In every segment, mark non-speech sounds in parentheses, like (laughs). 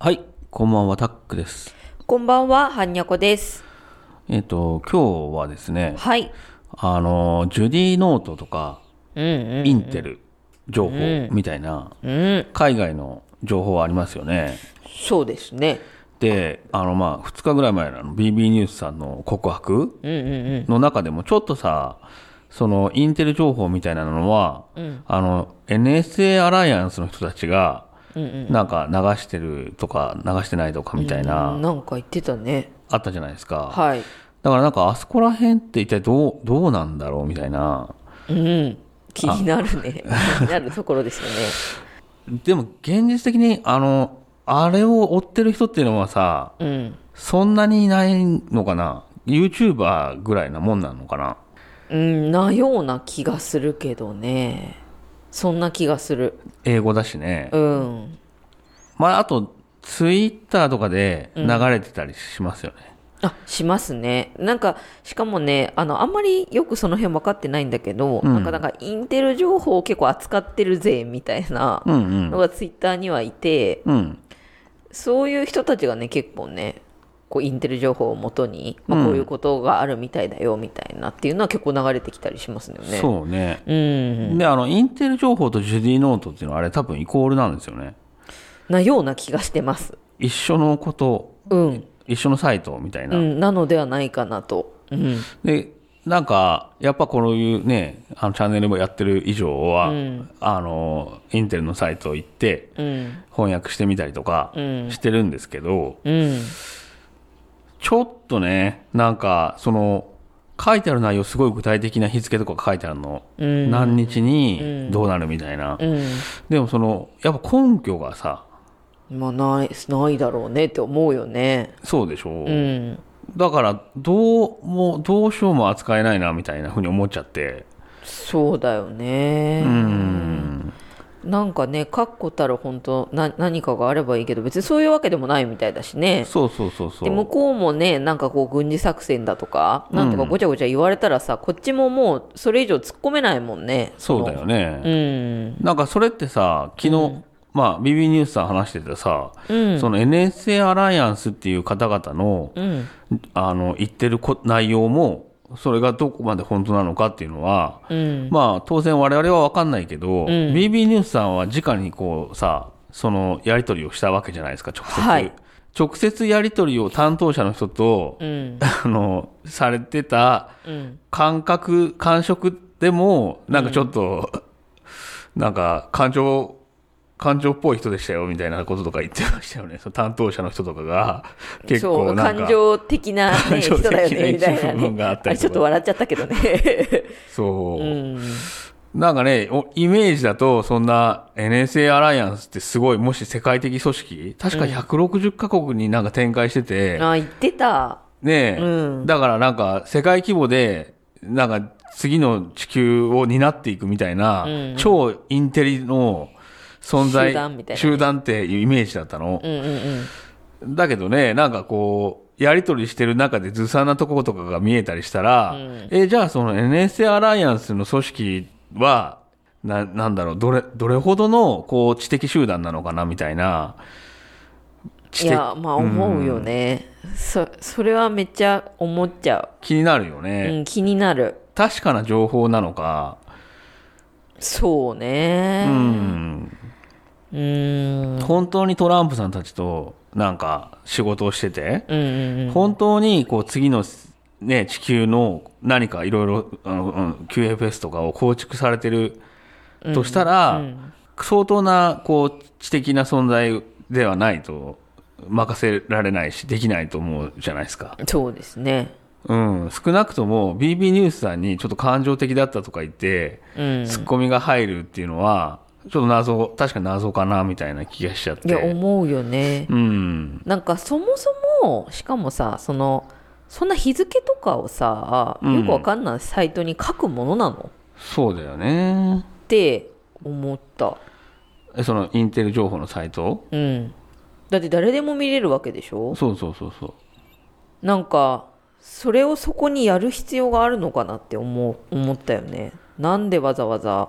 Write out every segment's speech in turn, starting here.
はい、こんばんは、タックです。こんばんは、はんにゃこです。えっ、と、今日はですね、はい。あの、ジュディノートとか、うんうん。インテル情報みたいな、海外の情報ありますよね。そうですね。で、あの、まあ、2日ぐらい前のあの BB ニュースさんの告白うんうんうん。の中でも、ちょっとさ、そのインテル情報みたいなのは、あの NSA アライアンスの人たちが、なんか流してるとか流してないとかみたいな、なんか言ってたね。あったじゃないですか。はい。だからなんかあそこら辺って一体どう、どうなんだろうみたいな。うん。気になるね。気になるところですよね。でも現実的にあの、あれを追ってる人っていうのはさ、うん。そんなにいないのかな ?YouTuber ぐらいなもんなのかな (laughs) うん、なような気がするけどね。そんな気がする。英語だしね。うん。まああと、ツイッターとかで流れてたりしますよね。あ、しますね。なんか、しかもね、あの、あんまりよくその辺分かってないんだけど、なんか、なんか、インテル情報を結構扱ってるぜ、みたいなうんうん。のがツイッターにはいて、うん。そういう人たちがね、結構ね、こうインテル情報をもとに、まあ、こういうことがあるみたいだよみたいなっていうのは結構流れてきたりしますよね。う。そうね。ん。で、あの、インテル情報とジュディノートっていうのはあれ多分イコールなんですよね。なような気がしてます。一緒のこと、うん。一緒のサイトみたいなう。ん、なのではないかなと。うん。でなんかやっぱこういうねあのチャンネルもやってる以上は、あのインテルのサイト行ってうん。翻訳してみたりとかうんしてるんですけど、うん。ちょっとねなんかその書いてある内容すごい具体的な日付とか書いてあるの、うん何日にどうなるみたいな、うでもそのやっぱ根拠がさん。まあ、ない、ないだろうねって思うよね。そうでしょ、うん。だからどうもどうしようも扱えないなみたいなふうに思っちゃってそうだよね。うんなんかね、確固たる本当な、何かがあればいいけど、別にそういうわけでもないみたいだしね。そうそうそうそうで向こうもね、なんかこう、軍事作戦だとか、なんとかごちゃごちゃ言われたらさ、こっちももう、それ以上突っ込めないもんね。そうだよね、うん。なんかそれってさ、昨日、まあ、BB ニュースさん話してたさ、うん。その NSA アライアンスっていう方々の,、うん。あの言ってるこ内容も、それがどこまで本当なのかっていうのは、うん。まあ、当然我々は分かんないけど、BB ニュースさんは直にこうさ、そのやり取りをしたわけじゃないですか、直接。はい直接やり取りを担当者の人と、うん。あの、されてたうん。感覚、感触でも、なんかちょっと、なんか感情、感情っぽい人でしたよみたいなこととか言ってましたよね。その担当者の人とかが、結そ構う、なんか、感情的な、 (laughs) 感ね、情的人だなよね、みたいな一部分があねっ。たありとかれちょっと笑っちゃった (laughs) けどね。そう、うん。なんかね、おイメージだと、そんな NSA アライアンスってすごい、もし世界的組織、確か160カ国になんか展開してて、あ、言ってた。ねえ、うんだからなんか世界規模で、なんか次の地球を担っていくみたいな、うん超インテリの存在、集団みたいなね集団っていうイメージだったのう。んうんうん。だけどね、なんかこう、やりとりしてる中でずさんなとことかが見えたりしたら、うんえ、じゃあその NSA アライアンスの組織は、な、なんだろう、どれ、どれほどの、こう、知的集団なのかな、みたいな。知い的や、まあ、思うよね。そ、それはめっちゃ思っちゃ気になるよう。ね。うん、気になる。確かな情報なのか、そうね。うん、うん。本当にトランプさんたちとなんか仕事をしてて、うんうんうん。本当にこう次の、ね、地球の何かいろいろあのうん QFS とかを構築されてるとしたら、相当なこう知的な存在ではないと任せられないしできないと思うじゃないですか、そうですね。うん、少なくとも BB ニュースさんにちょっと感情的だったとか言ってうん。ツッコミが入るっていうのはちょっと謎確かに謎かなみたいな気がしちゃっいや、て。思うよね。うんなんかそもそも、しかもさ、その、そんな日付とかをさ、うんよくわかんないサイトに書くものなのそうだよね。って思った。えそのインテル情報のサイトうん。だって誰でも見れるわけでしょそうそうそうそう。なんか、それをそこにやる必要があるのかなって思う、思ったよね。なんでわざわざ。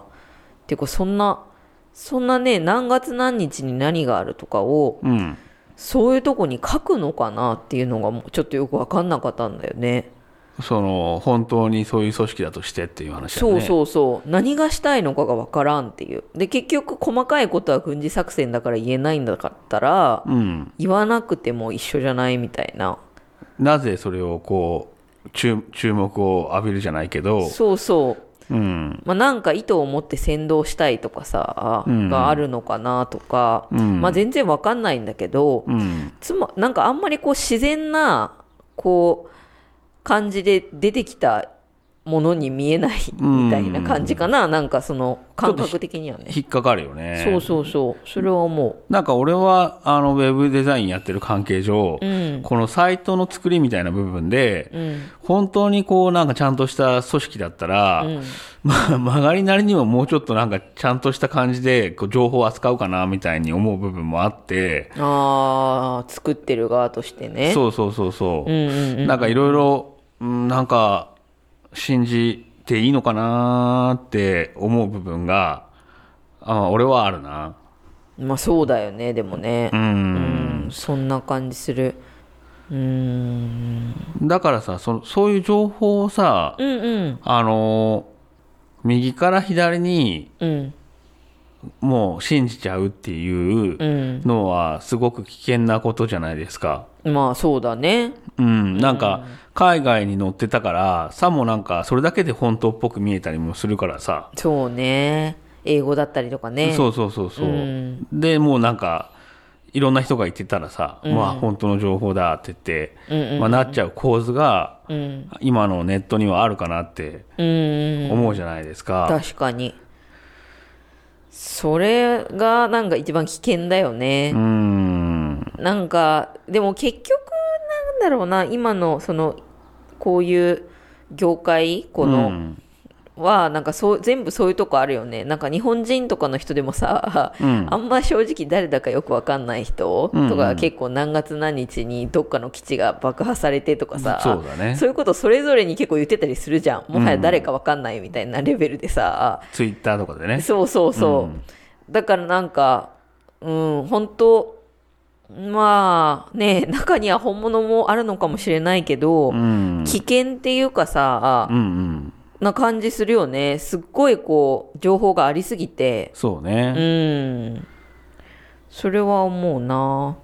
てか、そんな、そんなね、何月何日に何があるとかを、うん。そういうとこに書くのかなっていうのがもうちょっとよく分かんなかったんだよね。その本当にそういう組織だとしてっていう話だそねうそうそう何がしたいのかが分からんっていうで結局細かいことは軍事作戦だから言えないんだったら、うん、言わなくても一緒じゃないみたいななぜそれをこう注注目を浴びるじゃないけど、そうそううん、まあ、なんか意図を持って先導したいとかさ、うんがあるのかなとか、うんまあ、全然わかんないんだけど、うん、つまなんかあんまりこう自然なこう感じで出てきたものに見えないうんみたいな感じかな、なんかその感覚的にはね。引っかかるよね。そうそうそうそれは思なんか俺はあのウェブデザインやってる関係上、う。うんこのサイトの作りみたいな部分で、うん本当にこうなんかちゃんとした組織だったら、うんまあ曲がりなりにももうちょっとなんかちゃんとした感じでこう情報を扱うかなみたいに思う部分もあって、ああ作ってる側としてね。そうそうそうそう、うんうんうんなんかいろいろうんなんか信じていいのかなーって思う部分があ俺はあるなまあそうだよねでもねう、んうんそんな感じする。うんだからさそそういう情報をさ、うんうんあのー右から左にうんもう信じちゃうっていううんのはすごく危険なことじゃないですか。まあそうだねうん、なんか海外に載ってたからさもなんかそれだけで本当っぽく見えたりもするからさ、そうね英語だったりとかねそうそうそうそう、うんでもうなんかいろんな人が言ってたらさ、まあ本当の情報だってうん言って、まあ、なっちゃう構図がうん今のネットにはあるかなってうんうん思うじゃないですか、確かにそれがなんか一番危険だよねう、ん、なんかでも結局なんだろうな今のそのこういう業界この、うんはなんかそう全部そういうとこあるよねなんか日本人とかの人でもさ、んあんま正直誰だかよくわかんない人とか結構何月何日にどっかの基地が爆破されてとかさそうだねそういうことそれぞれに結構言ってたりするじゃんもはや誰かわかんないみたいなレベルでさ、ツイッターとかでねそうそうそう、だからなんかうん本当まあね中には本物もあるのかもしれないけど、うん危険っていうかさ、うんうんな感じするよねすっごいこう情報がありすぎてそううね、んそれは思うな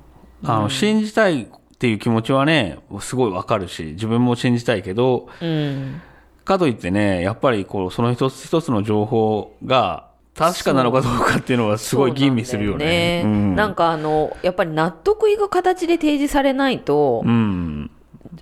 あの信じたいっていう気持ちはねすごいわかるし自分も信じたいけどうんかといってねやっぱりこうその一つ一つの情報が確かなのかどうかっていうのはすごい吟味するよね。そうなんだよねなんかあのやっぱり納得いく形で提示されないとう、ん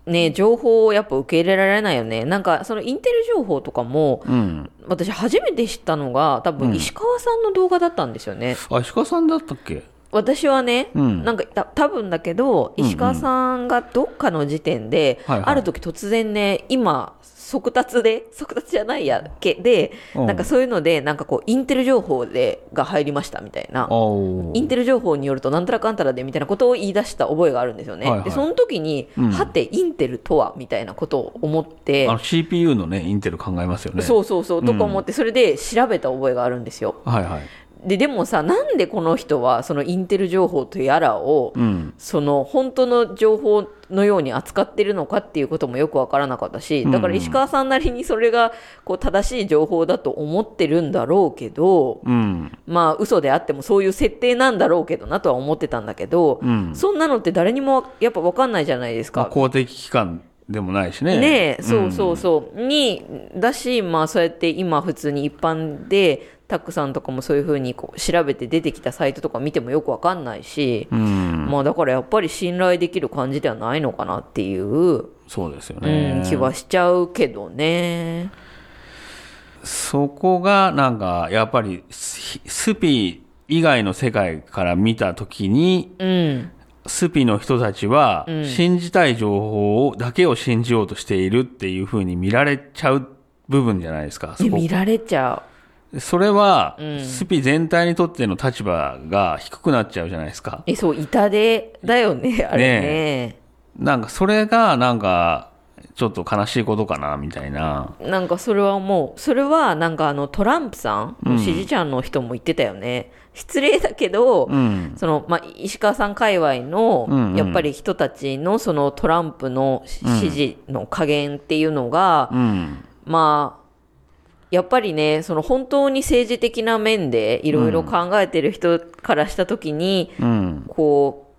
ね情報をやっぱ受け入れられないよねなんかそのインテル情報とかもうん私初めて知ったのが多分石川さんの動画だったんですよね、あ石川さんだったっけ私はね、うんなんかた多分だけど石川さんがどっかの時点で、はいはいある時突然ね今速達で (laughs) 速達じゃないやけで、うんなんかそういうのでなんかこうインテル情報でが入りましたみたいな。おイーンテル情報によるとなんたらかんたらでみたいなことを言い出した覚えがあるんですよね。はいはいでその時に、うんはてインテルとはみたいなことを思って、あの CPU のねインテル考えますよね。そうそうそうとか思ってそれで調べた覚えがあるんですよ。はいはい。ででもさなんでこの人はそのインテル情報とやらをうんその本当の情報のように扱ってるのかっていうこともよくわからなかったしだから石川さんなりにそれがこう正しい情報だと思ってるんだろうけどうんまあ嘘であってもそういう設定なんだろうけどなとは思ってたんだけど、うん。そんなのって誰にもやっぱわかんないじゃないですまあか。公的機関でもないしね。ねえそうそうそう、にだしまあそうやって今普通に一般でタックさんとかもそういうふうにこう調べて出てきたサイトとか見てもよくわかんないし、うんまあだからやっぱり信頼できる感じではないのかなっていう、うんそうですよね。気はしちゃうけどね。そこがなんかやっぱりススピ以外の世界から見たときにうん、スピの人たちは信じたい情報をだけを信じようとしているっていうふうに見られちゃう部分じゃないですか。いそやこ見られちゃそれはスピ全体にとっての立場が低くなっちゃうじゃないですかう。。えそう痛手だよねあれねなんかそれがなんかちょっと悲しいことかなみたいななんかそれはもうそれはなんかあのトランプさんの支持者の人も言ってたよね、失礼だけど、うんそのまあ、石川さん界隈のうんうんやっぱり人たちのそのトランプの支持の加減っていうのが、うんまあやっぱりねその本当に政治的な面でいろいろ考えてる人からした時に、うんこう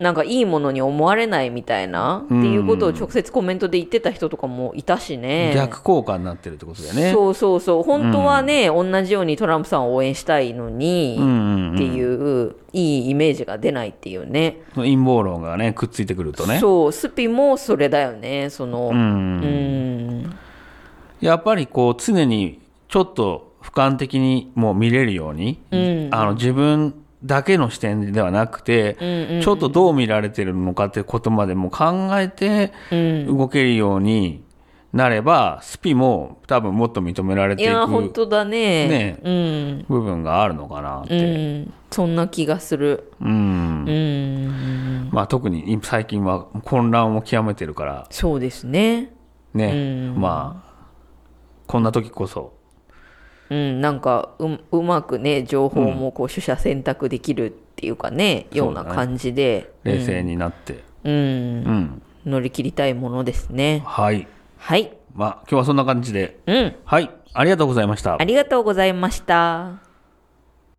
なんかいいものに思われないみたいなっていうことを直接コメントで言ってた人とかもいたしね。逆効果になってるってことだよねそうそうそう本当はね、同じようにトランプさんを応援したいのに、うんうんっていう、いいイメージが出ないっていうねその陰謀論がねくっついてくるとねそうスピもそれだよねそうのうんんやっぱりこう常にちょっと俯瞰的にもう見れるように、うんあの自分だけの視点ではなくて、うんちょっとどう見られてるのかってことまでも考えてうん動けるようになれば、スピも多分もっと認められいていや本く当だねねうん部分があるのかなっうて。んそんな気がするうん。うんまあ特に最近は混乱を極めてるから、そうですねね。うんまあ、こんな時こそ。うんなんかううまくね情報もこう取捨選択できるっていうかね、ようなそうだね感じで冷静になって、うんうん、乗り切りたいものですねはい。はいまあ、今日はそんな感じで、うんはい、ありがとうございましたあ。りがとうございました